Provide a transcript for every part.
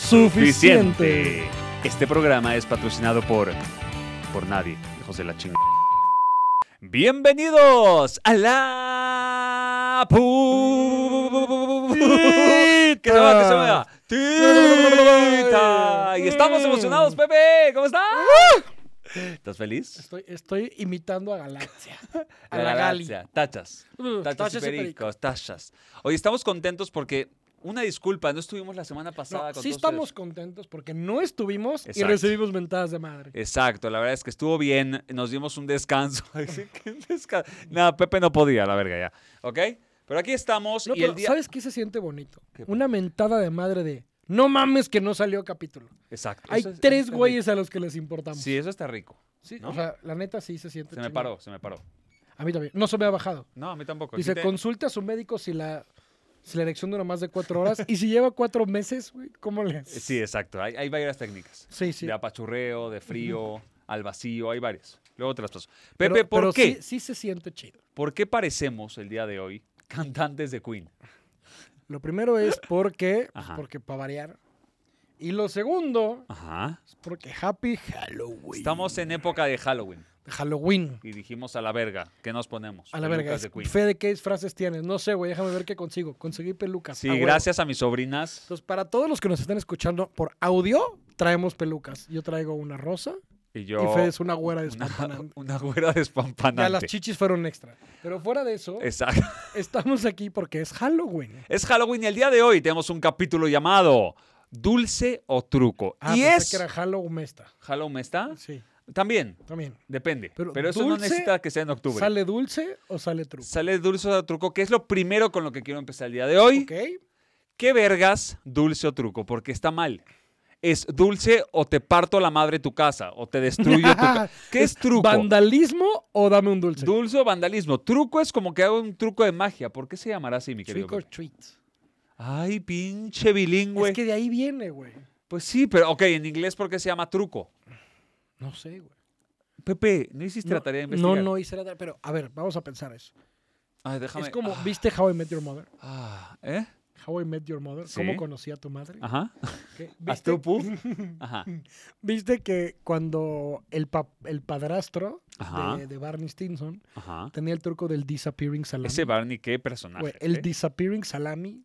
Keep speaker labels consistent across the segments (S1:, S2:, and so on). S1: suficiente. Este programa es patrocinado por. por nadie, hijos de la chingada. Bienvenidos a la puntita. Que se va, que se va. Tita. Y estamos emocionados, Pepe. ¿Cómo estás? ¿Estás feliz?
S2: Estoy, estoy imitando a Galaxia. A
S1: La
S2: la Gali.
S1: galaxia. Tachas.
S2: Uh,
S1: Tachas y
S2: tachas y perico.
S1: pericos, tachas. Hoy estamos contentos porque, una disculpa, no estuvimos la semana
S2: No,
S1: pasada con
S2: sí
S1: todos
S2: estamos contentos porque no estuvimos y
S1: Exacto.
S2: recibimos mentadas de madre.
S1: Exacto, la verdad es que estuvo bien, nos dimos un descanso. Así que un desca- Nada, Pepe no podía, la verga ya. ¿Ok? Pero aquí estamos
S2: No,
S1: y
S2: pero
S1: el día...
S2: ¿sabes qué se siente bonito?
S1: ¿Qué?
S2: Una mentada de madre de no mames que no salió capítulo.
S1: Exacto.
S2: Hay
S1: eso es-
S2: tres
S1: eso está
S2: güeyes a los que les importamos.
S1: rico. Sí, eso está rico.
S2: Sí,
S1: ¿no?
S2: O sea, la neta sí se siente.
S1: Se me
S2: chingón.
S1: paró, se me paró.
S2: A mí también. No se me ha bajado.
S1: No, a mí tampoco.
S2: Dice,
S1: Aquí te-
S2: consulte a su médico si la, si la erección dura más de cuatro horas. y si lleva cuatro meses, güey, ¿cómo le haces?
S1: Sí, exacto. Hay, hay varias técnicas.
S2: Sí, sí.
S1: De apachurreo, de frío, al vacío, hay varias. Luego te las paso.
S2: Pero-
S1: Pepe, ¿por
S2: pero
S1: qué?
S2: Sí, sí se siente chido.
S1: ¿Por qué parecemos el día de hoy cantantes de Queen?
S2: Lo primero es porque, pues,
S1: Ajá.
S2: porque para variar. Y lo segundo
S1: Ajá.
S2: es porque Happy Halloween.
S1: Estamos en época de Halloween
S2: Halloween.
S1: y dijimos a la verga, ¿qué nos ponemos?
S2: A la verga.
S1: Pelucas
S2: es-
S1: de Queen.
S2: Fede, ¿qué frases tienes? No sé, güey, déjame ver qué consigo. Conseguí pelucas.
S1: Sí,
S2: a huevo.
S1: gracias a mis sobrinas.
S2: Entonces, para todos los que nos están escuchando por audio, traemos pelucas. Yo traigo una rosa
S1: Y yo.
S2: y Fede es una güera de
S1: una, una güera
S2: Ya las
S1: despampanante.
S2: chichis fueron extra. Pero fuera de eso,
S1: Exacto.
S2: estamos aquí porque es Halloween.
S1: Es Halloween y el día de hoy tenemos un capítulo llamado Dulce o Truco.
S2: Ah,
S1: y
S2: pensé
S1: es.
S2: que era Halloween esta.
S1: ¿Halloween está?
S2: Sí,
S1: También,
S2: también.
S1: depende. Pero,
S2: Pero
S1: eso no
S2: dulce
S1: necesita que sea en octubre.
S2: ¿Sale dulce o sale truco?
S1: Sale dulce o truco, que es lo primero con lo que quiero empezar el día de hoy.
S2: Ok.
S1: ¿Qué vergas, dulce o truco? Porque está mal. Es dulce o te parto la madre tu casa o te destruyo tu casa. ¿Qué es truco?
S2: ¿Vandalismo o dame un dulce?
S1: Dulce o vandalismo. Truco es como que hago un truco de magia. ¿Por qué se llamará así, mi querido?
S2: Trick or
S1: Pepe?
S2: treat.
S1: Ay, pinche bilingüe.
S2: Es que de ahí viene, güey.
S1: Pues sí, pero ok, en inglés ¿por qué se llama truco?
S2: No sé, güey.
S1: Pepe, ¿no hiciste la tarea de
S2: no,
S1: investigar?
S2: no hice la tarea, pero a ver, vamos a pensar eso.
S1: Ay, déjame.
S2: Es como,
S1: Ah,
S2: ¿viste How I Met Your Mother?
S1: ah, ¿Eh?
S2: How I Met Your Mother.
S1: Sí. Ah,
S2: ¿Cómo conocí a tu madre?
S1: Ajá.
S2: ¿Qué? ¿Viste,
S1: ¿Astrupu? Ajá.
S2: viste que cuando el, pa- el padrastro
S1: Ajá.
S2: de, de Barney Stinson
S1: Ajá.
S2: tenía el truco del disappearing salami?
S1: Ese Barney, qué personaje.
S2: Güey, el
S1: ¿eh?
S2: disappearing salami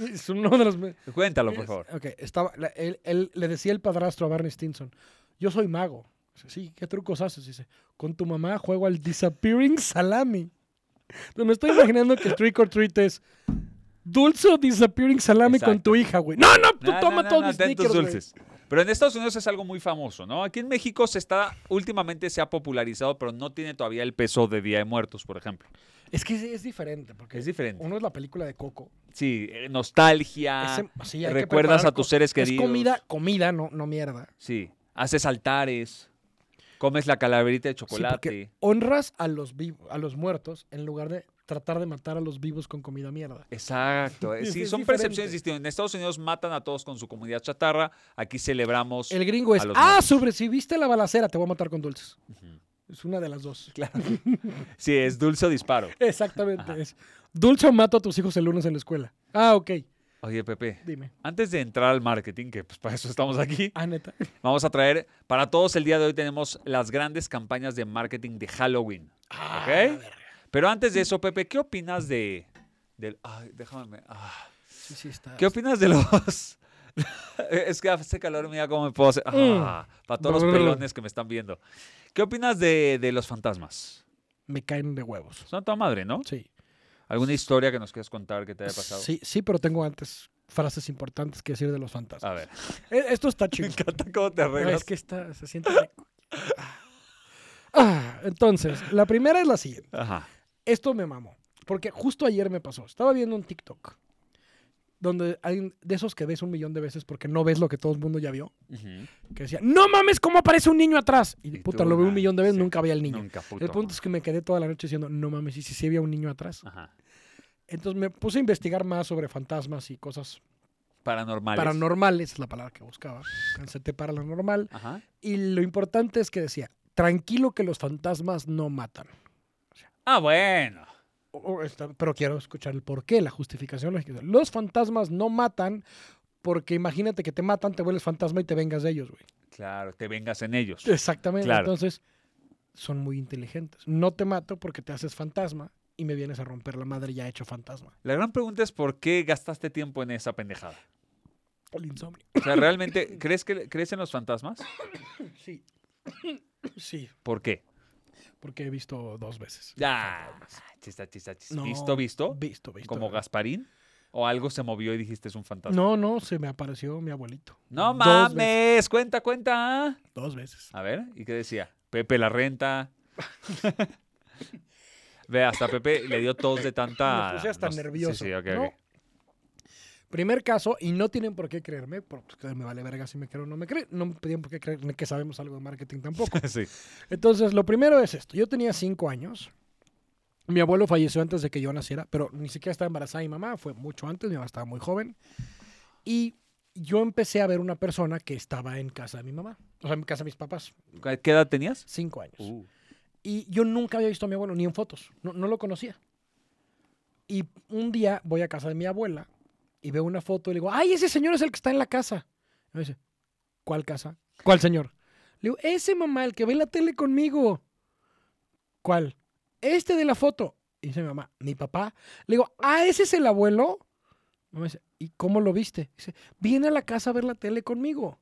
S2: es uno de los... me-
S1: Cuéntalo, por favor.
S2: Ok, estaba, la- él, él- le decía el padrastro a Barney Stinson, yo soy mago. Dice, sí, ¿qué trucos haces? Dice, con tu mamá juego al disappearing salami. Entonces, me estoy imaginando que trick or treat es dulce o disappearing salami con tu hija, güey. No, no, tú
S1: No, no,
S2: toma
S1: no,
S2: todos
S1: no,
S2: mis
S1: ten tus
S2: sneakers, güey.
S1: dulces. Pero en Estados Unidos es algo muy famoso, ¿no? Aquí en México se está, últimamente se ha popularizado, pero no tiene todavía el peso de Día de Muertos, por ejemplo.
S2: Es que es, es diferente, porque
S1: Es diferente.
S2: uno es la película de Coco.
S1: Sí, eh, nostalgia,
S2: Ese- sí, hay que
S1: recuerdas
S2: preparar
S1: a tus
S2: co-
S1: seres
S2: Es
S1: queridos.
S2: comida, comida, no, no mierda.
S1: Sí, haces altares, comes la calaverita de
S2: Sí,
S1: chocolate.
S2: porque honras a los, vivos, a los muertos en lugar de tratar de matar a los vivos con comida mierda.
S1: Exacto. eh,
S2: Es-
S1: Sí,
S2: es
S1: son
S2: diferente.
S1: percepciones distintas. En Estados Unidos matan a todos con su comunidad chatarra. Aquí celebramos.
S2: El gringo es,
S1: a los
S2: ah,
S1: muertos".
S2: sobreviviste a la balacera, te voy a matar con dulces.
S1: Ujú.
S2: Es una de las dos.
S1: Claro. Sí, es dulce o disparo.
S2: Exactamente.
S1: Ajá.
S2: Es, dulce o mato a tus hijos el lunes en la escuela. Ah, ok.
S1: Oye, Pepe,
S2: Dime.
S1: antes de entrar al marketing, que pues para eso estamos aquí,
S2: Ah, neta.
S1: vamos a traer para todos el día de hoy tenemos las grandes campañas de marketing de Halloween.
S2: Ah,
S1: ¿Ok? Pero antes de eso, Pepe, ¿qué opinas de. Del, ay, déjame. ah.
S2: Sí, sí, está.
S1: ¿Qué opinas de los.? es que hace calor, mira cómo me puedo hacer. Ah, para todos los
S2: Mm. Brr.
S1: pelones que me están viendo. ¿Qué opinas de, de los fantasmas? Pues
S2: Me caen de huevos.
S1: Son a toda madre, ¿no?
S2: Sí.
S1: ¿Alguna historia que nos quieras contar que te haya pasado?
S2: Sí, sí, pero tengo antes frases importantes que decir de los fantasmas.
S1: A ver.
S2: E- Esto está chido.
S1: Me encanta cómo te
S2: Ah,
S1: arreglas.
S2: Es que está, se siente rico. Ah, entonces, la primera es la siguiente.
S1: Ajá.
S2: Esto me mamó. Porque justo ayer me pasó. Estaba viendo un TikTok donde hay de esos que ves un millón de veces porque no ves lo que todo el mundo ya vio,
S1: Ujú.
S2: que decía, no mames, ¿cómo aparece un niño atrás? Y,
S1: Y
S2: puta,
S1: tú,
S2: lo vi un
S1: nah,
S2: millón de veces,
S1: sí.
S2: nunca vi al niño.
S1: Nunca, puto. Ah.
S2: el punto es que me quedé toda la noche diciendo, no mames, ¿y si sí había un niño atrás?
S1: Ajá.
S2: Entonces me puse a investigar más sobre fantasmas y cosas
S1: Paranormales.
S2: paranormales, es la palabra que buscaba, cansete paranormal.
S1: Ajá.
S2: Y lo importante es que decía, tranquilo que los fantasmas no matan.
S1: Ah, bueno.
S2: O- o está- pero quiero escuchar el porqué, la justificación lógica. Los fantasmas no matan porque imagínate que te matan, te vuelves fantasma y te vengas de ellos, güey.
S1: Claro, te vengas en ellos.
S2: Exactamente.
S1: Claro.
S2: Entonces, son muy inteligentes. No te mato porque te haces fantasma y me vienes a romper la madre ya hecho fantasma.
S1: La gran pregunta es por qué gastaste tiempo en esa pendejada.
S2: El insomnio.
S1: O sea, ¿realmente crees que crees en los fantasmas?
S2: Sí. Sí,
S1: ¿Por qué?
S2: porque he visto dos veces.
S1: Ya. Ah, Chista, chista, chista.
S2: No,
S1: ¿Visto, visto?
S2: Visto, visto.
S1: ¿Como Gasparín? ¿O algo se movió y dijiste es un fantasma?
S2: No, no, se me apareció mi abuelito.
S1: No,
S2: Dos
S1: mames.
S2: veces,
S1: Cuenta, cuenta.
S2: Dos veces.
S1: A ver, ¿y qué decía? Pepe la renta. Ve, hasta Pepe le dio tos de tanta.
S2: Me puse hasta
S1: no sé-
S2: nervioso.
S1: Sí, sí, ok, ok.
S2: No. Primer caso, y no tienen por qué creerme, porque me vale verga si me creo o no me creen. No me tienen por qué creer que sabemos algo de marketing tampoco.
S1: Sí.
S2: Entonces, lo primero es esto. Yo tenía cinco años. Mi abuelo falleció antes de que yo naciera, pero ni siquiera estaba embarazada mi mamá. Fue mucho antes, mi mamá estaba muy joven. Y yo empecé a ver una persona que estaba en casa de mi mamá. O sea, en casa de mis papás.
S1: ¿Qué edad tenías?
S2: Cinco años.
S1: Uh.
S2: Y yo nunca había visto a mi abuelo, ni en fotos. No, no lo conocía. Y un día voy a casa de mi abuela y veo una foto y le digo, ¡ay, ese señor es el que está en la casa! Y me dice, ¿cuál casa? ¿Cuál señor? Le digo, ese mamá, el que ve la tele conmigo. ¿Cuál? Este de la foto. Y dice mi mamá, mi papá. Le digo, ah, ese es el abuelo. Mi mamá dice, ¿y cómo lo viste? Dice, viene a la casa a ver la tele conmigo.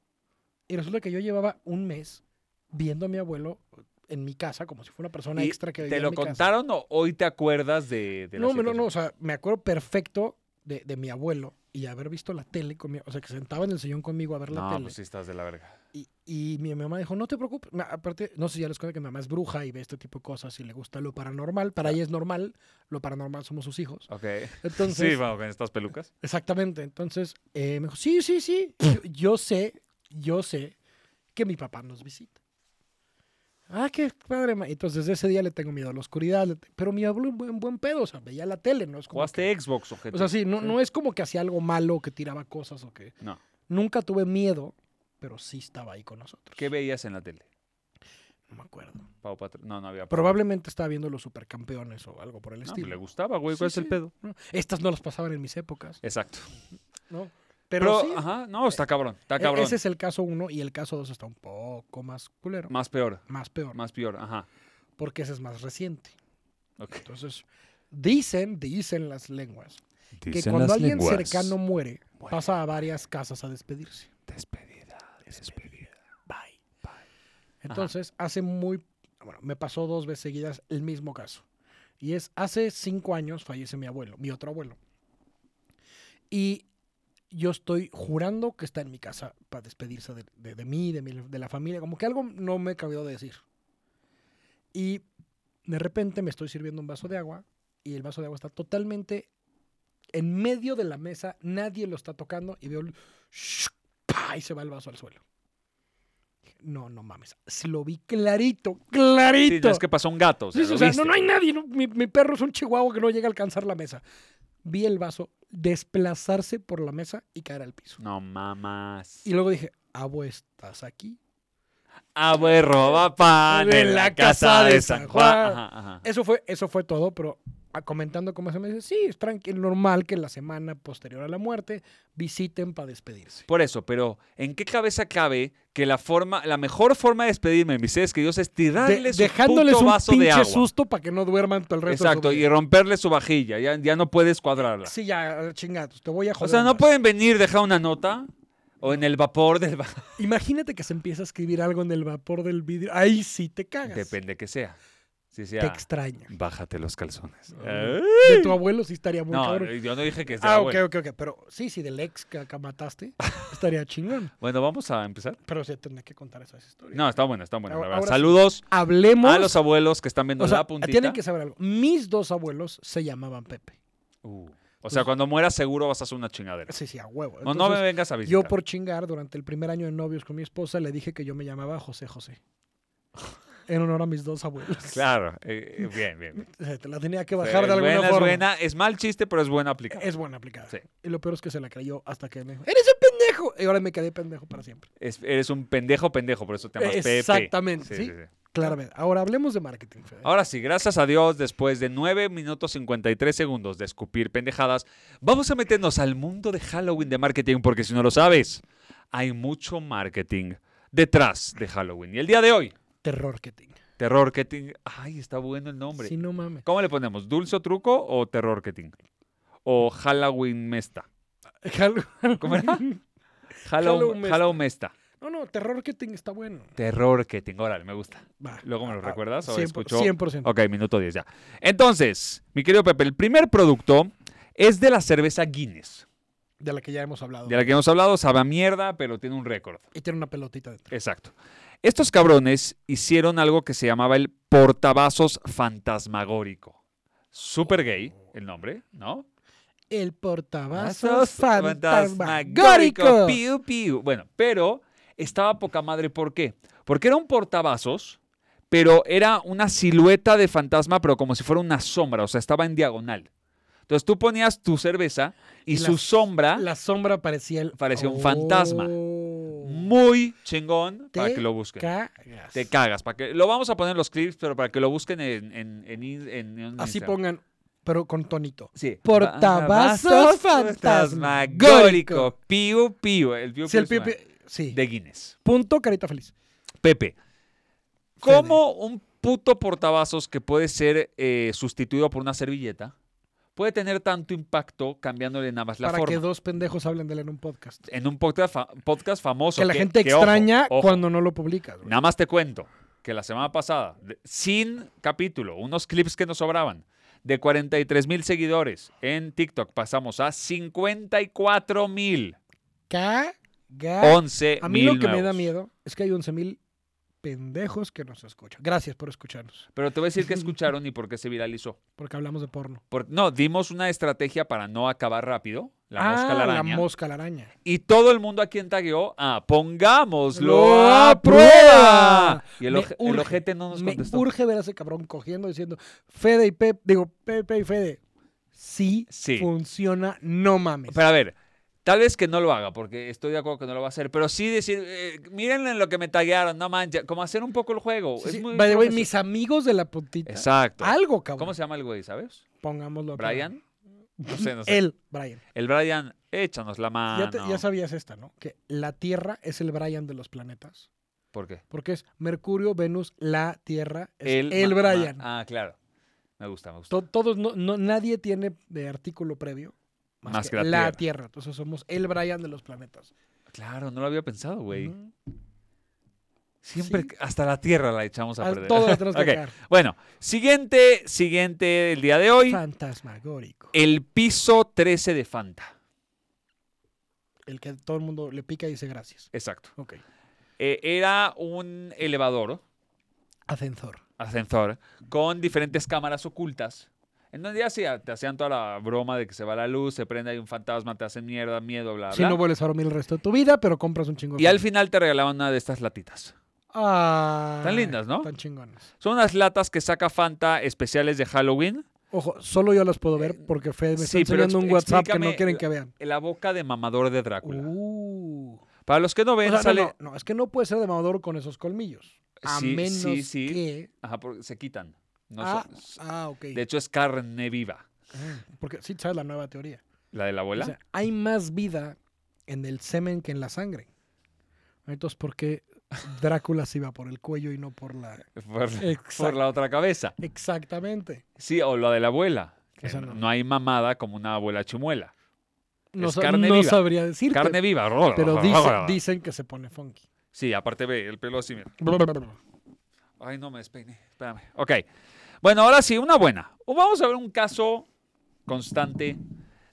S2: Y resulta que yo llevaba un mes viendo a mi abuelo en mi casa, como si fuera una persona
S1: ¿Y
S2: extra que vivía
S1: ¿Te lo
S2: en mi casa.
S1: contaron o hoy te acuerdas de, de la
S2: No, no, no,
S1: situación?
S2: o sea, me acuerdo perfecto de, de mi abuelo y haber visto la tele conmigo, o sea, que sentaba en el sillón conmigo a ver la
S1: No,
S2: tele.
S1: pues sí estás de la verga.
S2: Y, y mi mamá dijo, no te preocupes. Ma- Aparte, no sé si ya les conté que mi mamá es bruja y ve este tipo de cosas y le gusta lo paranormal. Para ella es normal. Lo paranormal somos sus hijos.
S1: Ok.
S2: Entonces,
S1: sí, vamos, con estas pelucas.
S2: exactamente. Entonces, eh, me dijo, sí, sí, sí. Yo, yo sé, yo sé que mi papá nos visita. Ah, qué padre. ma-". Entonces, desde ese día le tengo miedo a la oscuridad. le te- Pero mi abuelo en buen, buen pedo, o sea, veía la tele, ¿no? Es como
S1: ¿Jugaste Xbox,
S2: que-
S1: ojete?
S2: o sea, sí, no, no es como que hacía algo malo, que tiraba cosas o que...
S1: No.
S2: Nunca tuve miedo, pero sí estaba ahí con nosotros.
S1: ¿Qué veías en la tele?
S2: No me acuerdo.
S1: Pau Patr- No, no había. Pau.
S2: Probablemente estaba viendo los supercampeones o algo por el
S1: No, pues,
S2: estilo.
S1: le gustaba, güey.
S2: Sí,
S1: ¿Cuál es el
S2: sí.
S1: pedo?
S2: ¿no? Estas no las pasaban en mis épocas,
S1: Exacto.
S2: ¿no?
S1: Pero,
S2: Pero, sí,
S1: ajá, no, está cabrón. Está
S2: e-
S1: cabrón.
S2: ese es el caso uno y el caso dos está un poco más culero,
S1: Más peor.
S2: más peor,
S1: Más peor, ajá.
S2: porque ese es más reciente.
S1: Ok.
S2: Entonces, dicen, dicen las lenguas, que cuando alguien cercano muere, pasa a varias casas a despedirse.
S1: Despedida, despedida.
S2: Bye. Entonces, hace muy. Bueno, me pasó dos veces seguidas el mismo caso. Y es, hace cinco años fallece mi abuelo, mi otro abuelo. Y yo estoy jurando que está en mi casa para despedirse de, de- de mí, de, mi- de la familia. Como que algo no me cambió de decir. Y de repente me estoy sirviendo un vaso de agua y el vaso de agua está totalmente en medio de la mesa. Nadie lo está tocando y veo... el ¡pa! Y se va el vaso al suelo. No, no mames. Se lo vi clarito,
S1: Sí,
S2: clarito.
S1: no es que pasó un gato. O sea,
S2: Sí, sí,
S1: lo
S2: o sea,
S1: viste.
S2: no, no hay nadie. no, mi, mi perro es un chihuahua que no llega a alcanzar la mesa. Vi el vaso desplazarse por la mesa y caer al piso.
S1: No mamas.
S2: Y luego dije, Abo, ¿estás aquí?
S1: Abue Ah, roba pan
S2: De
S1: en
S2: la
S1: la casa
S2: casa
S1: de
S2: de
S1: San
S2: San
S1: Juan.
S2: Juan.
S1: Ajá, ajá.
S2: Eso fue, eso fue todo, pero ah, comentando cómo se me dice, sí, es tranquilo, normal que la semana posterior a la muerte visiten para despedirse.
S1: Por eso, pero ¿en qué cabeza cabe que la forma, la mejor forma de despedirme, mis seres queridos, es tirarles
S2: De- dejándoles
S1: un
S2: un
S1: puto vaso de
S2: pinche
S1: agua?
S2: susto para que no duerman todo el resto
S1: Exacto,
S2: de su
S1: y
S2: vida.
S1: romperle su vajilla, ya, ya no puedes cuadrarla.
S2: Sí, ya, chingados, te voy a
S1: o
S2: joder.
S1: sea, no
S2: más.
S1: pueden venir, dejar una nota o en el vapor del ba-
S2: Imagínate que se empieza a escribir algo en el vapor del vidrio. Ahí sí te cagas.
S1: Depende que sea. Si sea,
S2: Te extraña.
S1: bájate los calzones.
S2: Ah.
S1: Eh,
S2: De tu abuelo sí estaría muy
S1: No, eh,
S2: cabrón.
S1: yo no dije que sea
S2: Ah, ok, ok, ok. Pero sí, sí, del ex que acá mataste, estaría chingón.
S1: Bueno, vamos a empezar.
S2: Pero se tendría que contar esas historias.
S1: No, está bueno, está bueno. la
S2: Ahora-
S1: verdad.
S2: ahora sí.
S1: Saludos
S2: Hablemos.
S1: a los abuelos que están viendo
S2: o sea,
S1: la puntita.
S2: tienen que saber algo. Mis dos abuelos se llamaban Pepe.
S1: Uh, O sea, cuando mueras seguro vas a hacer una chingadera.
S2: Sí, sí, a
S1: No, no
S2: huevo.
S1: me
S2: Pues Entonces,
S1: vengas a visitar.
S2: yo por chingar, durante el primer año de novios con mi esposa, le dije que yo me llamaba José José. En honor a mis dos abuelos.
S1: Claro, eh, eh, bien, bien. bien.
S2: O sea, Te la tenía que bajar
S1: Es
S2: de alguna
S1: buena,
S2: forma.
S1: Es buena, es mal chiste, pero es buena aplicada.
S2: Es buena aplicada.
S1: Sí.
S2: Y lo peor es que se la creyó hasta que me dijo, ¡Eres un pendejo! Y ahora me quedé pendejo para siempre.
S1: Es- eres un pendejo, pendejo, por eso te llamas Pepe.
S2: Exactamente, ¿sí? Claramente. Ahora hablemos de marketing, Fede.
S1: Ahora sí, gracias a Dios, después de 9 minutos 53 segundos de escupir pendejadas, vamos a meternos al mundo de Halloween de marketing, porque si no lo sabes, hay mucho marketing detrás de Halloween. Y el día de hoy,
S2: Terrorketing.
S1: Terrorketing. Ay, está bueno el nombre.
S2: Si no mames.
S1: ¿Cómo le ponemos? ¿Dulce o truco o Terrorketing? O Halloween Mesta.
S2: Hall-
S1: ¿Cómo era?
S2: Halloween
S1: Halloween
S2: Mesta.
S1: Halloween Mesta.
S2: No, no, terrorketing está bueno.
S1: Terrorketing. Órale, me gusta.
S2: Va.
S1: Luego me lo
S2: Ah,
S1: recuerdas o
S2: 100%.
S1: escucho.
S2: 100%.
S1: Ok, minuto 10 ya. Entonces, mi querido Pepe, el primer producto es de la cerveza Guinness.
S2: De la que ya hemos hablado.
S1: De la que hemos hablado, sabe a mierda, pero tiene un récord.
S2: Y tiene una pelotita dentro.
S1: Exacto. Estos cabrones hicieron algo que se llamaba el portavasos fantasmagórico. Super gay el nombre, ¿no?
S2: El portavasos
S1: Vasos
S2: fantasmagórico.
S1: Piu, piu. Bueno, pero estaba poca madre. ¿Por qué? Porque era un portavasos, pero era una silueta de fantasma, pero como si fuera una sombra. O sea, estaba en diagonal. Entonces tú ponías tu cerveza y,
S2: Y
S1: su
S2: la-
S1: sombra,
S2: La sombra parecía el...
S1: Parecía un fantasma.
S2: Muy
S1: muy chingón, para que lo busquen.
S2: cagas.
S1: Te cagas. Para que, lo vamos a poner en los clips, pero para que lo busquen en, en, en in- en- en
S2: Así
S1: Instagram.
S2: pongan, pero con tonito.
S1: Sí.
S2: Portavasos fantasmagórico.
S1: Piu, piu. El piu,
S2: Sí, el
S1: piu es una-
S2: pipi- sí.
S1: De Guinness.
S2: Punto, carita feliz.
S1: Pepe, ¿cómo un puto portavasos que puede ser eh, sustituido por una servilleta puede tener tanto impacto cambiándole nada más la
S2: para que
S1: forma?
S2: dos pendejos hablen de él en un podcast.
S1: En un podcast, fa- podcast famoso.
S2: que la gente
S1: ojo,
S2: extraña
S1: ojo,
S2: cuando no lo publicas. güey.
S1: Nada más te cuento que la semana pasada, de- sin capítulo, unos clips que nos sobraban, de 43 mil seguidores en TikTok pasamos a 54 mil.
S2: Caga.
S1: 11
S2: Ah, A mí lo que me da miedo es que hay 11.000 pendejos que nos escuchan. Gracias por escucharnos,
S1: Pero te voy a decir que escucharon y por qué se viralizó.
S2: porque hablamos de porno.
S1: Por- no, dimos una estrategia para no acabar rápido. La
S2: ah,
S1: mosca la araña.
S2: la mosca la araña.
S1: y todo el mundo a quien tagueó, ah, pongámoslo
S2: ¡Lo
S1: a
S2: aprueba!
S1: prueba. Y el,
S2: Me
S1: oje- el
S2: urge,
S1: ojete no nos
S2: Me
S1: contestó.
S2: urge ver a ese cabrón cogiendo diciendo, Fede y Pep, digo, Pepe y Fede, sí,
S1: Sí.
S2: funciona, no mames.
S1: Pero a ver, tal vez que no lo haga, porque estoy de acuerdo que no lo va a hacer. Pero sí decir, eh, miren en lo que me taguearon, no manches. Como hacer un poco el juego.
S2: Sí,
S1: es
S2: sí.
S1: muy
S2: By the way,
S1: profesio-
S2: mis amigos de la puntita.
S1: Exacto.
S2: Algo, cabrón.
S1: ¿Cómo se llama el güey, sabes?
S2: Pongámoslo. a prueba.
S1: ¿Brian? No sé, no sé. Ah, El,
S2: El Brian.
S1: Brian, échanos la mano.
S2: ya, te- ya sabías esta, ¿no? Que la Tierra es el Brian de los planetas.
S1: ¿Por qué?
S2: Porque es Mercurio, Venus, la Tierra, es el,
S1: ma- ma-
S2: Brian.
S1: ah, claro. Me gusta, me gusta.
S2: To- todos, no, no- nadie tiene de artículo previo más, que, la, tierra. Entonces somos el Brian de los planetas.
S1: Claro, no lo había pensado, güey.
S2: Ujú.
S1: Siempre,
S2: Sí.
S1: que- hasta la tierra la echamos a
S2: Ah,
S1: perder.
S2: Todos lo tenemos que
S1: Ok,
S2: cagar.
S1: Bueno, siguiente, siguiente el día de hoy.
S2: Fantasmagórico.
S1: El piso 13 de Fanta.
S2: El que todo el mundo le pica y dice gracias.
S1: Exacto.
S2: Ok.
S1: Eh, era un elevador,
S2: Ascensor.
S1: ascensor, con diferentes cámaras ocultas. En donde ya hacía- te hacían toda la broma de que se va la luz, se prende ahí un fantasma, te hacen mierda, miedo, bla, bla.
S2: Si no vuelves a dormir el resto de tu vida, pero compras un chingo. de
S1: y al
S2: cosas.
S1: final te regalaban una de estas latitas.
S2: Ah,
S1: Están lindas, ¿no?
S2: Están chingonas.
S1: Son unas latas que saca Fanta especiales de Halloween.
S2: Ojo, solo yo las puedo ver porque Fede me
S1: Eh, sí,
S2: está
S1: pero
S2: enseñando
S1: ex-
S2: un WhatsApp que
S1: explícame
S2: no quieren
S1: la-
S2: que vean.
S1: La boca de mamador de Drácula.
S2: Uh.
S1: Para los que no
S2: O
S1: ven,
S2: sea, no,
S1: sale.
S2: no, no, es que no puede ser de Mamador con esos colmillos. A
S1: Sí, sí,
S2: menos
S1: sí.
S2: que.
S1: Ajá, porque se quitan. No
S2: ah,
S1: son- s-
S2: ah, ok.
S1: De hecho, es carne viva.
S2: Ah, Porque sí, sabes la nueva teoría.
S1: La de la
S2: O
S1: abuela.
S2: sea, hay más vida en el semen que en la sangre. Entonces, ¿por qué Drácula se iba por el cuello y no por la.
S1: por, por
S2: Exact-
S1: la otra cabeza.
S2: Exactamente.
S1: Sí, o la de la abuela. que
S2: Esa
S1: n-
S2: no.
S1: no. hay mamada como una abuela chimuela.
S2: No,
S1: Es
S2: sa-
S1: carne
S2: no
S1: viva.
S2: sabría decirte.
S1: Carne viva.
S2: pero dice- dicen que se pone funky.
S1: Sí, aparte ve el pelo así. mira. Ay, no me despeiné. Espérame. Ok. Bueno, ahora sí, una buena. O Vamos a ver un caso constante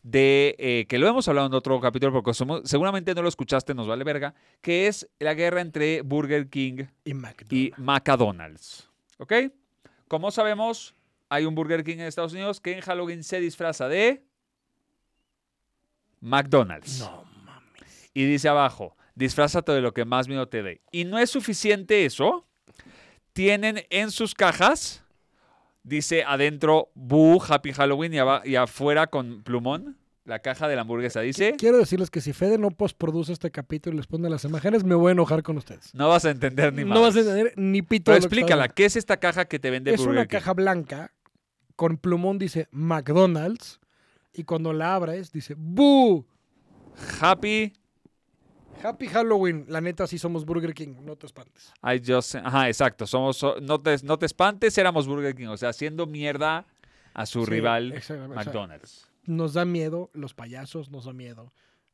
S1: de eh, que lo hemos hablado en otro capítulo porque somos- seguramente no lo escuchaste, nos vale verga, que es la guerra entre Burger King
S2: Y McDonald's.
S1: y McDonald's. ¿Ok? Como sabemos, hay un Burger King en Estados Unidos que en Halloween se disfraza de McDonald's.
S2: No mames.
S1: Y dice abajo, disfrázate de lo que más miedo te dé. Y no es suficiente eso. Tienen en sus cajas, dice adentro, Boo, Happy Halloween, y, aba- y afuera con plumón, la caja de la hamburguesa. Dice,
S2: Quiero decirles que si Fede no postproduce este capítulo y les pone las imágenes, me voy a enojar con ustedes.
S1: no vas a entender ni más.
S2: No vas a entender ni pito.
S1: Pero
S2: de lo que está
S1: explícala,
S2: hablando.
S1: ¿qué es esta caja que te vende
S2: Es
S1: Burger
S2: una
S1: King?
S2: caja blanca con plumón dice McDonald's y cuando la abres dice ¡Boo!
S1: Happy,
S2: Happy Halloween. La neta sí somos Burger King, no te espantes.
S1: I just... Ajá, exacto. Somos, so- no, te, no te espantes, éramos Burger King. O sea, haciendo mierda a su
S2: Sí,
S1: rival
S2: exactamente, o sea,
S1: McDonald's.
S2: Nos da miedo los payasos, nos da miedo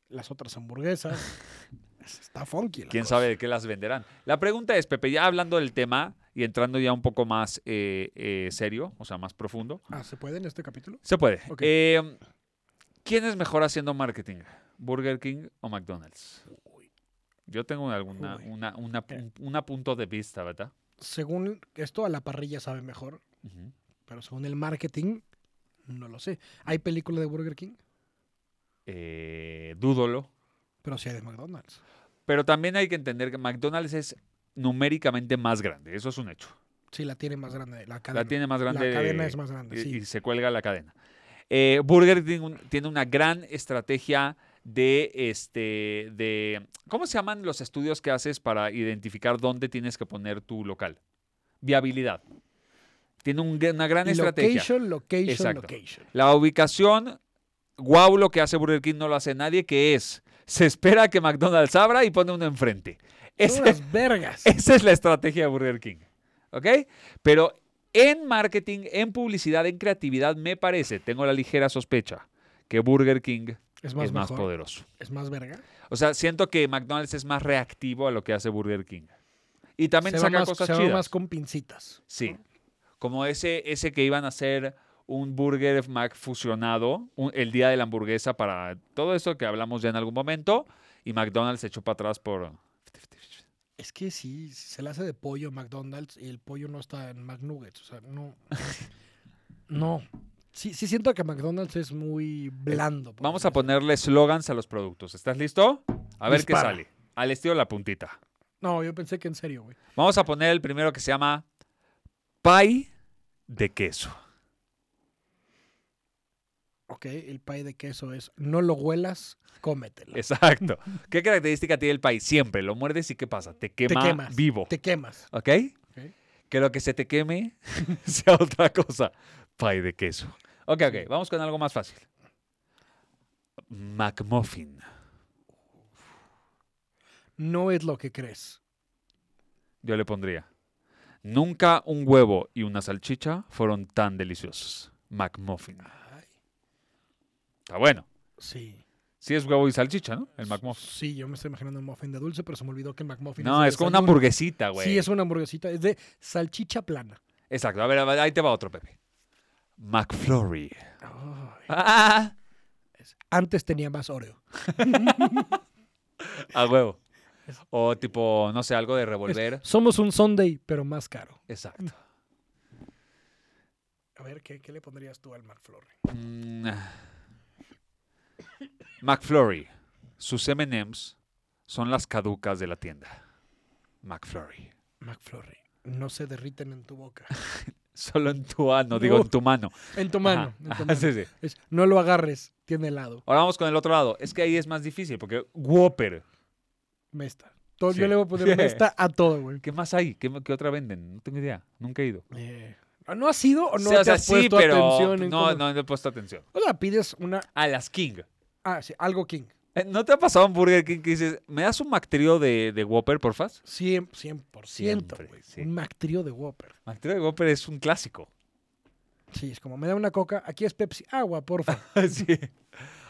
S2: las otras hamburguesas. Está funky. la
S1: quién
S2: cosa.
S1: sabe de qué las venderán. La pregunta es, Pepe, ya hablando del tema y entrando ya un poco más eh, eh, serio, o sea, más profundo,
S2: Ah, ¿se puede en este capítulo?
S1: se puede.
S2: Ok.
S1: Eh, ¿Quién es mejor haciendo marketing? ¿Burger King o McDonald's? Yo tengo alguna,
S2: Uy.
S1: una, una,
S2: Eh.
S1: una punto de vista, ¿verdad?
S2: Según esto, a la parrilla sabe mejor,
S1: Ujú.
S2: pero según el marketing, no lo sé. ¿Hay película de Burger King?
S1: Eh, dúdolo.
S2: Pero sí hay de McDonald's.
S1: Pero también hay que entender que McDonald's es numéricamente más grande, eso es un hecho.
S2: Sí, la tiene más grande. La cadena,
S1: La tiene más
S2: La
S1: grande.
S2: cadena
S1: eh,
S2: es más grande,
S1: y,
S2: sí.
S1: y se cuelga la cadena. Eh, Burger tiene, un- tiene una gran estrategia de este de ¿cómo se llaman los estudios que haces para identificar dónde tienes que poner tu local? Viabilidad. Tiene un gr- una gran estrategia.
S2: Location, location,
S1: Exacto.
S2: location.
S1: La ubicación, guau, lo que hace Burger King no lo hace nadie, que es se espera que McDonald's abra y pone uno enfrente.
S2: Son
S1: Ese-
S2: unas vergas.
S1: esa es la estrategia de Burger King. ¿Ok? Pero en marketing, en publicidad, en creatividad, me parece, tengo la ligera sospecha, que Burger King
S2: Es más,
S1: es más
S2: mejor,
S1: poderoso.
S2: es más verga.
S1: O sea, siento que McDonald's es más reactivo a lo que hace Burger King. Y también
S2: se va
S1: saca
S2: más,
S1: cosas
S2: se va
S1: chidas.
S2: más con pincitas.
S1: Sí. Como ese, ese que iban a hacer un burger Mac fusionado un- el día de la hamburguesa para todo eso que hablamos ya en algún momento. Y McDonald's se echó para atrás por...
S2: Es que sí, si se le hace de pollo en McDonald's y el pollo no está en McNuggets. O sea, no. no. Sí, sí siento que McDonald's es muy blando. por
S1: Vamos a
S2: decirlo
S1: ponerle slogans a los productos. ¿Estás listo? A ver
S2: Dispara.
S1: qué sale. Al estilo la puntita.
S2: así. No, yo pensé que en serio, güey.
S1: Vamos a poner el primero que se llama pie de queso.
S2: Ok, el pay de queso es no lo huelas, cómetelo.
S1: Exacto. ¿Qué característica tiene el pie? Siempre lo muerdes y ¿qué pasa? Te quema
S2: quemas.
S1: vivo.
S2: Te quemas.
S1: ¿Ok?
S2: Ok.
S1: Que lo que se te queme sea otra cosa. Pie de queso. Ok, ok. Vamos con algo más fácil. McMuffin.
S2: No es lo que crees.
S1: Yo le pondría. Nunca un huevo y una salchicha fueron tan deliciosos. McMuffin.
S2: Ay,
S1: Está bueno.
S2: sí.
S1: Sí es huevo y salchicha, ¿no? El McMuffin.
S2: Sí, yo me estoy imaginando un muffin de dulce, pero se me olvidó que el McMuffin
S1: No,
S2: de
S1: es como una
S2: desayuno.
S1: hamburguesita, güey.
S2: Sí, es una hamburguesita. Es de salchicha plana.
S1: Exacto. A ver, a ver, ahí te va otro, Pepe. McFlurry.
S2: Ay.
S1: ¡Ah!
S2: Antes tenía más Oreo.
S1: A huevo. O tipo, no sé, algo de revolver.
S2: Somos un Sunday, pero más caro.
S1: Exacto.
S2: A ver, ¿qué, qué le pondrías tú al McFlurry?
S1: Mm. McFlurry. Sus M&M's son las caducas de la tienda. McFlurry.
S2: McFlurry. No se derriten en tu boca.
S1: Solo en tu mano, digo, en tu mano.
S2: En tu
S1: Ajá.
S2: mano. en tu
S1: Ajá,
S2: mano.
S1: sí, sí.
S2: Es, no lo agarres, tiene helado.
S1: Ahora vamos con el otro lado. Es que ahí es más difícil porque Whopper.
S2: Mesta. Todo,
S1: Sí.
S2: Yo le voy a poner mesta a todo, güey.
S1: ¿Qué más hay? ¿Qué, qué otra venden? No tengo idea. Nunca he ido.
S2: Eh, ¿No has ido o no
S1: Sí, o
S2: te
S1: sea,
S2: has
S1: sí,
S2: puesto
S1: pero
S2: atención? en
S1: no,
S2: cómo-
S1: no le he puesto atención.
S2: O sea, pides una...
S1: A las King.
S2: Ah, sí, algo King.
S1: Eh, ¿No te ha pasado un Burger King que dices, ¿me das un mactrío de, de Whopper, porfas?
S2: Cien- 100%,
S1: Siempre,
S2: güey.
S1: sí.
S2: Un McTrío de Whopper.
S1: Mactrío de Whopper es un clásico.
S2: Sí, es como me da una coca, aquí es Pepsi, agua, porfa.
S1: sí.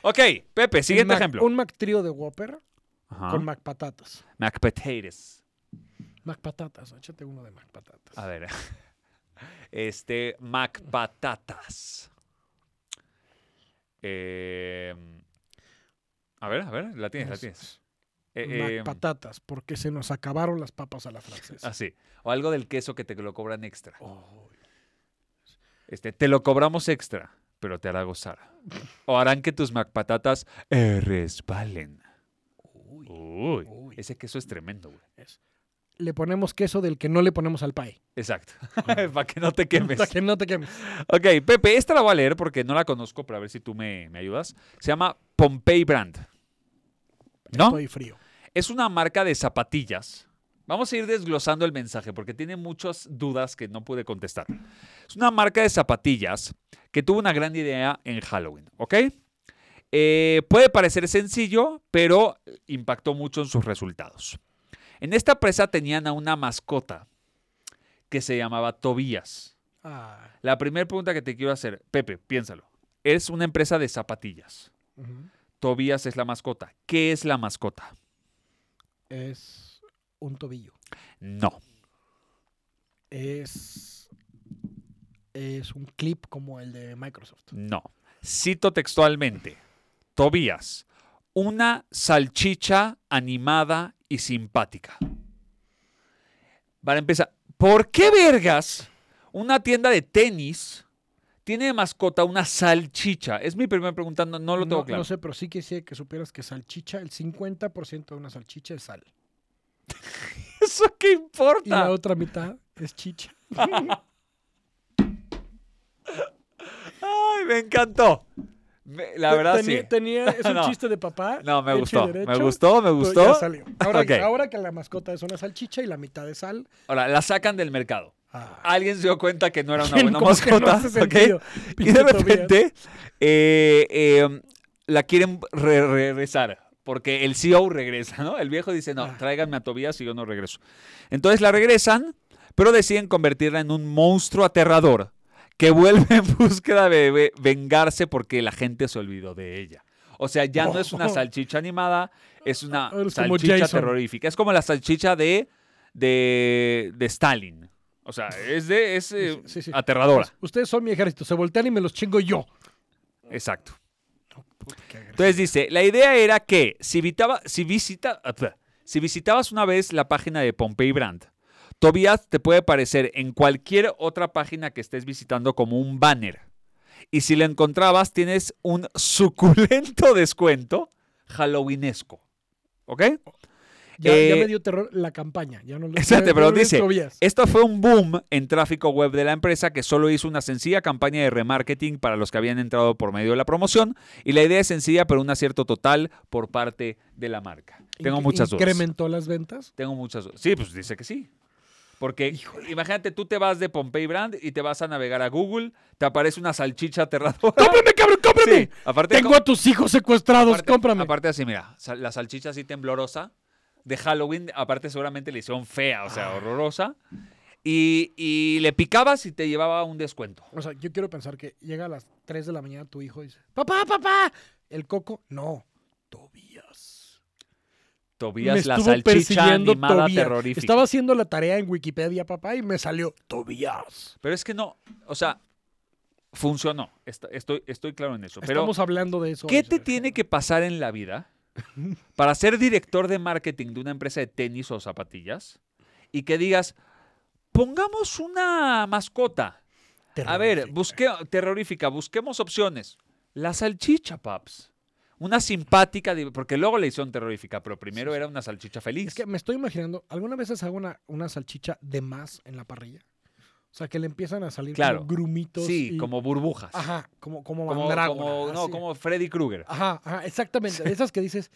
S1: Ok, Pepe,
S2: Un
S1: siguiente
S2: Mac-
S1: ejemplo. Ah.
S2: Un McTrío de Whopper
S1: Ajá.
S2: con McPatatas.
S1: McPotatoes.
S2: McPatatas, échate uno de McPatatas.
S1: A ver. Este, McPatatas. Eh, a ver, a ver, la tienes, la
S2: Es-
S1: tienes. Eh, eh,
S2: McPatatas, porque se nos acabaron las papas a la francesa.
S1: así. O algo del queso que te lo cobran extra.
S2: Oh,
S1: Este, te lo cobramos extra. pero te hará gozar. O harán que tus macpatatas eh, resbalen.
S2: Uy,
S1: Uy,
S2: Uy.
S1: ese queso es tremendo, güey.
S2: es- Le ponemos queso del que no le ponemos al pie.
S1: Exacto. Para que no te quemes.
S2: Para que no te quemes.
S1: Ok, Pepe, esta la voy a leer porque no la conozco, pero a ver si tú me, me ayudas. Se llama Pompey Brand. ¿No?
S2: Estoy frío.
S1: Es una marca de zapatillas. Vamos a ir desglosando el mensaje porque tiene muchas dudas que no pude contestar. Es una marca de zapatillas que tuvo una gran idea en Halloween, ¿ok? Eh, puede parecer sencillo, pero impactó mucho en sus resultados. En esta presa tenían a una mascota que se llamaba Tobías.
S2: Ah,
S1: La primera pregunta que te quiero hacer, Pepe, piénsalo. Es una empresa de zapatillas.
S2: ujú.
S1: Tobías es la mascota. ¿Qué es la mascota?
S2: Es un tobillo.
S1: No.
S2: Es. Es un clip como el de Microsoft.
S1: No. Cito textualmente. Tobías, una salchicha animada y simpática. Para empezar, ¿por qué vergas una tienda de tenis tiene de mascota una salchicha? Es mi primera pregunta, no, no lo tengo
S2: no,
S1: claro.
S2: no sé, pero sí quisiera que supieras que salchicha, el 50% de una salchicha es sal.
S1: ¿Eso qué importa?
S2: Y la otra mitad es chicha.
S1: Ay, me encantó. Me- la verdad
S2: Tenía-
S1: sí.
S2: tenía- es un
S1: No.
S2: chiste de papá.
S1: No, me
S2: hecho y
S1: gustó. Me
S2: derecho,
S1: gustó, me
S2: pero ya
S1: gustó.
S2: salió. Ahora,
S1: Ok.
S2: ahora que la mascota es una salchicha y la mitad es sal.
S1: Ahora, la sacan del mercado.
S2: Ah,
S1: Alguien se dio cuenta que no era una
S2: ¿quién
S1: buena
S2: como que no
S1: mascota.
S2: hace
S1: ¿ok?
S2: sentido?
S1: Y
S2: Pinche
S1: de
S2: Tobías.
S1: repente eh, eh, la quieren re- regresar. Porque el CEO regresa, ¿no? El viejo dice, no,
S2: Ah.
S1: tráiganme a Tobías y yo no regreso. Entonces la regresan, pero deciden convertirla en un monstruo aterrador que vuelve en búsqueda de ve- vengarse porque la gente se olvidó de ella. O sea, ya no es una
S2: Oh.
S1: salchicha animada, es una
S2: Eres como
S1: salchicha
S2: Jason.
S1: terrorífica. Es como la salchicha de, de, de Stalin. O sea, es, de, es eh,
S2: Sí, sí.
S1: aterradora.
S2: Pues, Ustedes son mi ejército. Se voltean y me los chingo yo.
S1: Exacto.
S2: Puta, qué agresivo.
S1: Entonces dice, la idea era que si, vitaba- si, visita, si visitabas una vez la página de Pompey Brand, Tobias te puede aparecer en cualquier otra página que estés visitando como un banner. Y si lo encontrabas, tienes un suculento descuento halloweenesco. ¿Ok?
S2: Ya, ya
S1: eh,
S2: me dio terror la campaña. Ya no lo-
S1: Exacto,
S2: ya-
S1: pero
S2: ya no
S1: dice, eh,
S2: lo sabías.
S1: Esto fue un boom en tráfico web de la empresa que solo hizo una sencilla campaña de remarketing para los que habían entrado por medio de la promoción y la idea es sencilla pero un acierto total por parte de la marca. Tengo
S2: Inc-
S1: muchas dudas.
S2: Incrementó las ventas.
S1: Tengo muchas dudas. Sí, pues dice que sí. Porque imagínate, tú te vas de Pompey Brand y te vas a navegar a Google, te aparece una salchicha aterradora.
S2: ¡Cómprame, cabrón! ¡Cómprame!
S1: Ah, Sí, aparte
S2: Tengo a tus hijos secuestrados.
S1: aparte,
S2: ¡Cómprame!
S1: Aparte así, mira, sal- la salchicha así temblorosa de Halloween, aparte seguramente le hicieron fea, o sea,
S2: Ah.
S1: horrorosa. Y, y le picabas y te llevaba un descuento.
S2: O sea, yo quiero pensar que llega a las 3 de la mañana tu hijo y dice, papá, papá, el coco, no, Tobías.
S1: Tobías, la
S2: estuvo
S1: salchicha
S2: persiguiendo
S1: animada
S2: Tobías.
S1: terrorífica.
S2: Estaba haciendo la tarea en Wikipedia, papá, y me salió Tobías.
S1: Pero es que no, o sea, funcionó. Est- Estoy, estoy claro en eso. Pero,
S2: Estamos hablando de eso.
S1: ¿qué
S2: hoy,
S1: te
S2: Sergio.
S1: tiene que pasar en la vida para ser director de marketing de una empresa de tenis o zapatillas y que digas, pongamos una mascota? A ver,
S2: Terrorífico.
S1: busque, terrorífica, busquemos opciones. La salchicha, paps. Una simpática, di- porque luego le hicieron terrorífica, pero primero
S2: Sí, sí.
S1: era una salchicha feliz.
S2: Es que me estoy imaginando, ¿alguna vez hago una, una salchicha de más en la parrilla? O sea, que le empiezan a salir
S1: Claro.
S2: como grumitos.
S1: sí,
S2: y-
S1: como burbujas.
S2: Ajá, como, como,
S1: como,
S2: mandrágora,
S1: como- no,
S2: así. Ah,
S1: como Freddy Krueger.
S2: Ajá, ajá, exactamente. de Esas que dices,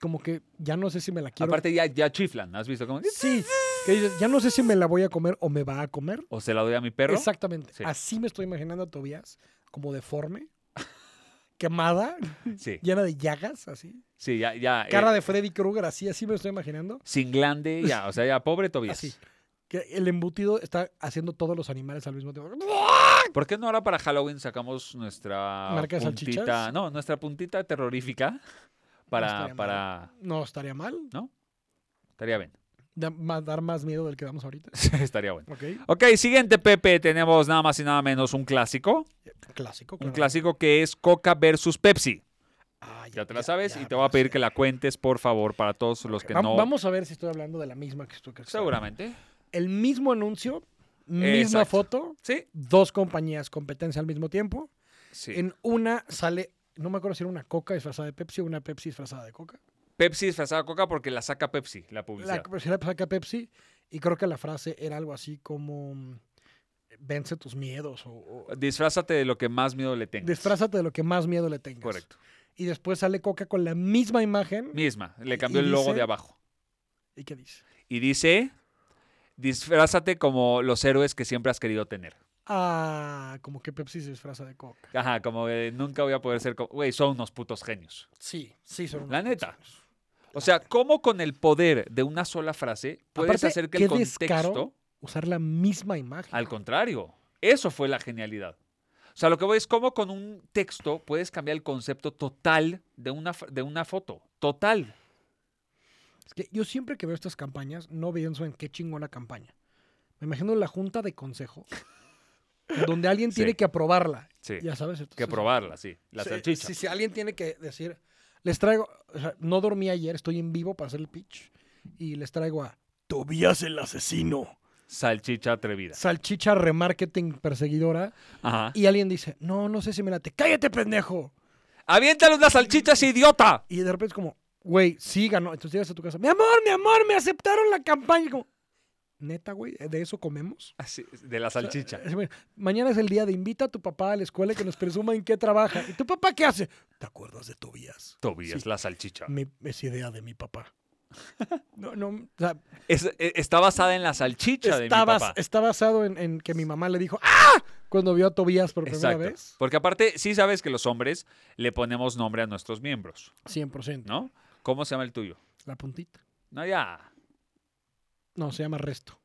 S2: como que ya no sé si me la quiero.
S1: Aparte ya, ya chiflan, ¿has visto? Como,
S2: sí, que dices, ya no sé si me la voy a comer o me va a comer.
S1: o se la doy a mi perro.
S2: Exactamente.
S1: Sí.
S2: Así me estoy imaginando a Tobías, como deforme, quemada,
S1: Sí,
S2: llena de llagas, así.
S1: sí, ya, ya. eh,
S2: Cara de Freddy Krueger, así, así me lo estoy imaginando.
S1: Sin glande, ya, o sea, ya, pobre Tobias.
S2: Así. Que el embutido está haciendo todos los animales al mismo tiempo.
S1: ¿Por qué no ahora para Halloween sacamos nuestra
S2: ¿Marca de
S1: puntita?
S2: salchichas?
S1: No, nuestra puntita terrorífica para,
S2: estaría mal.
S1: para,
S2: No estaría mal.
S1: estaría bien.
S2: Da- ma- dar más miedo del que damos ahorita.
S1: Sí, estaría bueno.
S2: Ok.
S1: Ok, siguiente, Pepe. Tenemos nada más y nada menos un clásico.
S2: Clásico.
S1: Un
S2: claro.
S1: clásico que es Coca versus Pepsi.
S2: Ah,
S1: Ya te la sabes
S2: ya
S1: y te voy a
S2: me
S1: pedir
S2: sé.
S1: que la cuentes, por favor, para todos los que
S2: Va-
S1: no.
S2: Vamos a ver si estoy hablando de la misma que tú que
S1: Seguramente.
S2: El mismo anuncio, misma
S1: Exacto.
S2: foto,
S1: Sí,
S2: dos compañías competencia al mismo tiempo.
S1: Sí.
S2: En una sale, no me acuerdo si era una coca disfrazada de Pepsi o una Pepsi disfrazada de coca.
S1: Pepsi disfrazada de Coca porque la saca Pepsi, la
S2: La,
S1: publicidad.
S2: pero si la saca Pepsi y creo que la frase era algo así como mm, vence tus miedos o, o
S1: Disfrázate de lo que más miedo le tengas.
S2: disfrázate de lo que más miedo le tengas.
S1: Correcto.
S2: Y después sale Coca con la misma imagen.
S1: Misma. Le
S2: Y-
S1: cambió
S2: y
S1: el logo
S2: dice-
S1: de abajo.
S2: ¿Y qué dice?
S1: Y dice, disfrázate como los héroes que siempre has querido tener.
S2: Ah, como que Pepsi se disfraza de Coca.
S1: Ajá, como de, nunca voy a poder ser como... Güey, son unos putos genios.
S2: Sí, sí, son unos
S1: La neta.
S2: cochinos.
S1: O sea, ¿cómo con el poder de una sola frase puedes
S2: Aparte,
S1: hacer que el
S2: qué
S1: contexto...
S2: descaro. Usar la misma imagen.
S1: Al contrario, eso fue la genialidad. O sea, lo que voy es cómo con un texto puedes cambiar el concepto total de una, f- de una foto. Total.
S2: Es que yo siempre que veo estas campañas, no pienso en qué chingona campaña. Me imagino la junta de consejo, donde alguien
S1: Sí.
S2: tiene que aprobarla.
S1: Sí.
S2: Ya sabes.
S1: que
S2: entonces-
S1: probarla, sí. La
S2: Sí,
S1: salchicha.
S2: Sí, sí, alguien tiene que decir, les traigo, o sea, no dormí ayer, estoy en vivo para hacer el pitch, y les traigo a Tobías el asesino,
S1: Salchicha atrevida.
S2: salchicha remarketing perseguidora,
S1: Ajá.
S2: y alguien dice, no, no sé si me late, cállate pendejo,
S1: ¡Aviéntale unas salchichas, idiota!
S2: y de repente es como, güey, sí ganó, entonces llegas a tu casa, mi amor, mi amor, me aceptaron la campaña, y como, neta, güey, de eso comemos.
S1: Así, de la salchicha.
S2: Así, bueno, Mañana es el día de invita a tu papá a la escuela y que nos presuma en qué trabaja. ¿Y tu papá qué hace? ¿Te acuerdas de Tobías?
S1: Tobías,
S2: Sí.
S1: la salchicha.
S2: mi- es idea de mi papá. No, no, o sea,
S1: Es- eh, está basada en la salchicha de mi
S2: está, bas-
S1: papá.
S2: está basado en, en que mi mamá le dijo ¡Ah! cuando vio a Tobías por primera
S1: Exacto.
S2: vez.
S1: Porque aparte, sí sabes que los hombres le ponemos nombre a nuestros miembros,
S2: 100%.
S1: ¿no? ¿Cómo se llama el tuyo?
S2: La puntita.
S1: No, ya.
S2: No, se llama resto.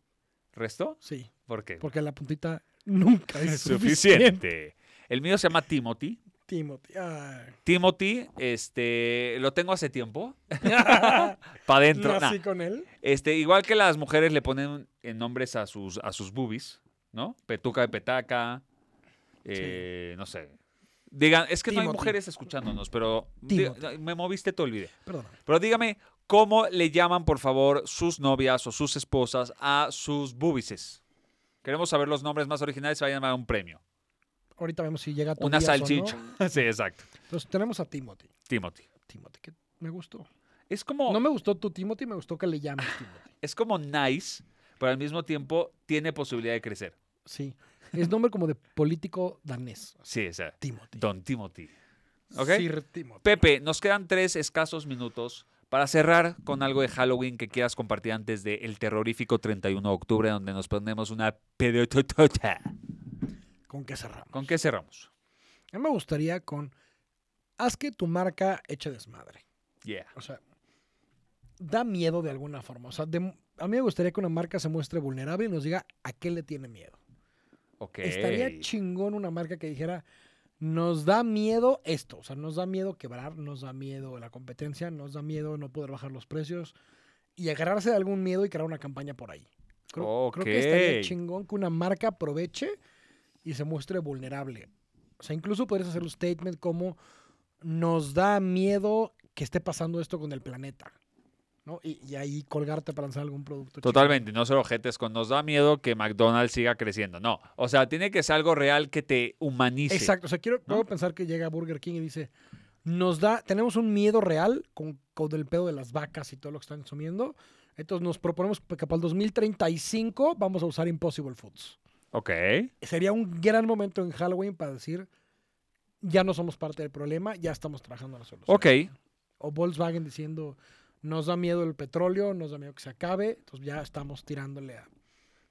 S1: ¿Resto?
S2: Sí,
S1: ¿Por qué?
S2: porque la puntita nunca es
S1: Es
S2: suficiente.
S1: suficiente. El mío se llama Timothy.
S2: Timothy. Ay.
S1: Timothy, este, lo tengo hace tiempo. Ah, Para adentro.
S2: Nací con él.
S1: Este, igual que las mujeres le ponen eh, nombres a sus, a sus boobies, ¿no? Petuca de petaca, eh, no sé. Digan, es que no hay
S2: Timothy.
S1: mujeres escuchándonos, pero di-
S2: Timothy.
S1: me moviste, te olvidé.
S2: Perdóname.
S1: Pero dígame, ¿cómo le llaman, por favor, sus novias o sus esposas a sus boobies? Queremos saber los nombres más originales, se va a llamar un premio.
S2: Ahorita vemos si llega
S1: Una
S2: Tobías o no.
S1: salchicha. Sí, exacto.
S2: Entonces tenemos a Timothy.
S1: Timothy.
S2: Timothy, que me gustó.
S1: Es como,
S2: No me gustó tu Timothy, me gustó que le llames Timothy.
S1: es como nice, pero al mismo tiempo tiene posibilidad de crecer.
S2: Sí. Es nombre como de político danés.
S1: Sí, o sea,
S2: Timothy.
S1: Don Timothy. ¿Ok?
S2: Sir Timothy.
S1: Pepe, nos quedan tres escasos minutos para cerrar con algo de Halloween que quieras compartir antes del terrorífico 31 de octubre, donde nos ponemos una pedototota.
S2: ¿Con qué cerramos?
S1: ¿Con qué cerramos?
S2: A mí me gustaría con. Haz que tu marca eche desmadre.
S1: Yeah.
S2: O sea, da miedo de alguna forma. O sea, de- a mí me gustaría que una marca se muestre vulnerable y nos diga a qué le tiene miedo.
S1: Ok.
S2: Estaría chingón una marca que dijera. Nos da miedo esto, o sea, nos da miedo quebrar, nos da miedo la competencia, nos da miedo no poder bajar los precios y agarrarse de algún miedo y crear una campaña por ahí. Creo, creo que estaría
S1: Ok.
S2: chingón que una marca aproveche y se muestre vulnerable. O sea, incluso podrías hacer un statement como nos da miedo que esté pasando esto con el planeta. ¿no? Y, y ahí colgarte para lanzar algún producto. chingón.
S1: Totalmente, no ser ojetes con nos da miedo que McDonald's siga creciendo. No, o sea, tiene que ser algo real que te humanice.
S2: Exacto. O sea, quiero puedo pensar que llega Burger King y dice, nos da, tenemos un miedo real con, con el pedo de las vacas y todo lo que están consumiendo. Entonces nos proponemos que para el 2035 vamos a usar Impossible Foods.
S1: Ok.
S2: sería un gran momento en Halloween para decir, ya no somos parte del problema, ya estamos trabajando en la solución.
S1: Ok.
S2: O Volkswagen diciendo, nos da miedo el petróleo, nos da miedo que se acabe, entonces ya estamos tirándole a...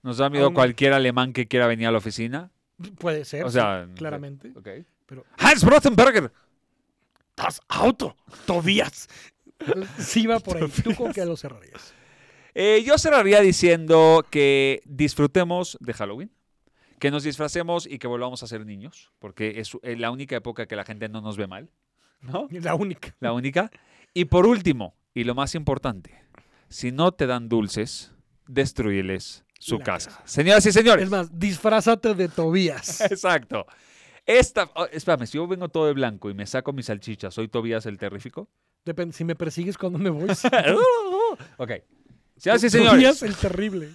S1: Nos da miedo
S2: Aún-
S1: cualquier alemán que quiera venir a la oficina.
S2: Puede ser,
S1: O
S2: sí,
S1: sea,
S2: claramente.
S1: Ok.
S2: Pero-
S1: Hans Brottenberger.
S2: ¡Estás auto! ¡Tobías! sí va por ahí. ¿Tú con qué lo cerrarías?
S1: Eh, yo cerraría diciendo que disfrutemos de Halloween, que nos disfracemos y que volvamos a ser niños, porque es eh, la única época que la gente no nos ve mal, ¿no?
S2: La única.
S1: La única. Y por último, y lo más importante, si no te dan dulces, destruyeles su
S2: La
S1: casa. Señoras y señores.
S2: Es más, disfrázate de Tobías.
S1: Exacto. Esta, oh, espérame, si yo vengo todo de blanco y me saco mis salchichas, ¿soy Tobías el terrífico?
S2: Depende, si me persigues cuando me voy.
S1: ok. Señoras y
S2: Tobías
S1: señores,
S2: el terrible.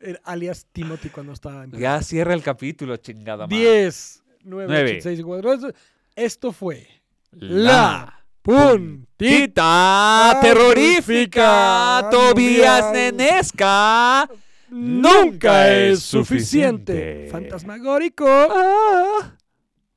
S2: Era Alias Timothy cuando estaba en...
S1: ya cierra el capítulo, chingada madre.
S2: 10,
S1: Nueve.
S2: 98654. Esto fue
S1: La
S2: La Puntita.
S1: Tita Ah, terrorífica,
S2: terrorífica,
S1: Tobías
S2: Tobías
S1: Nenesca.
S2: Nunca es suficiente.
S1: Fantasma.
S2: Fantasmagórico.
S1: Ah.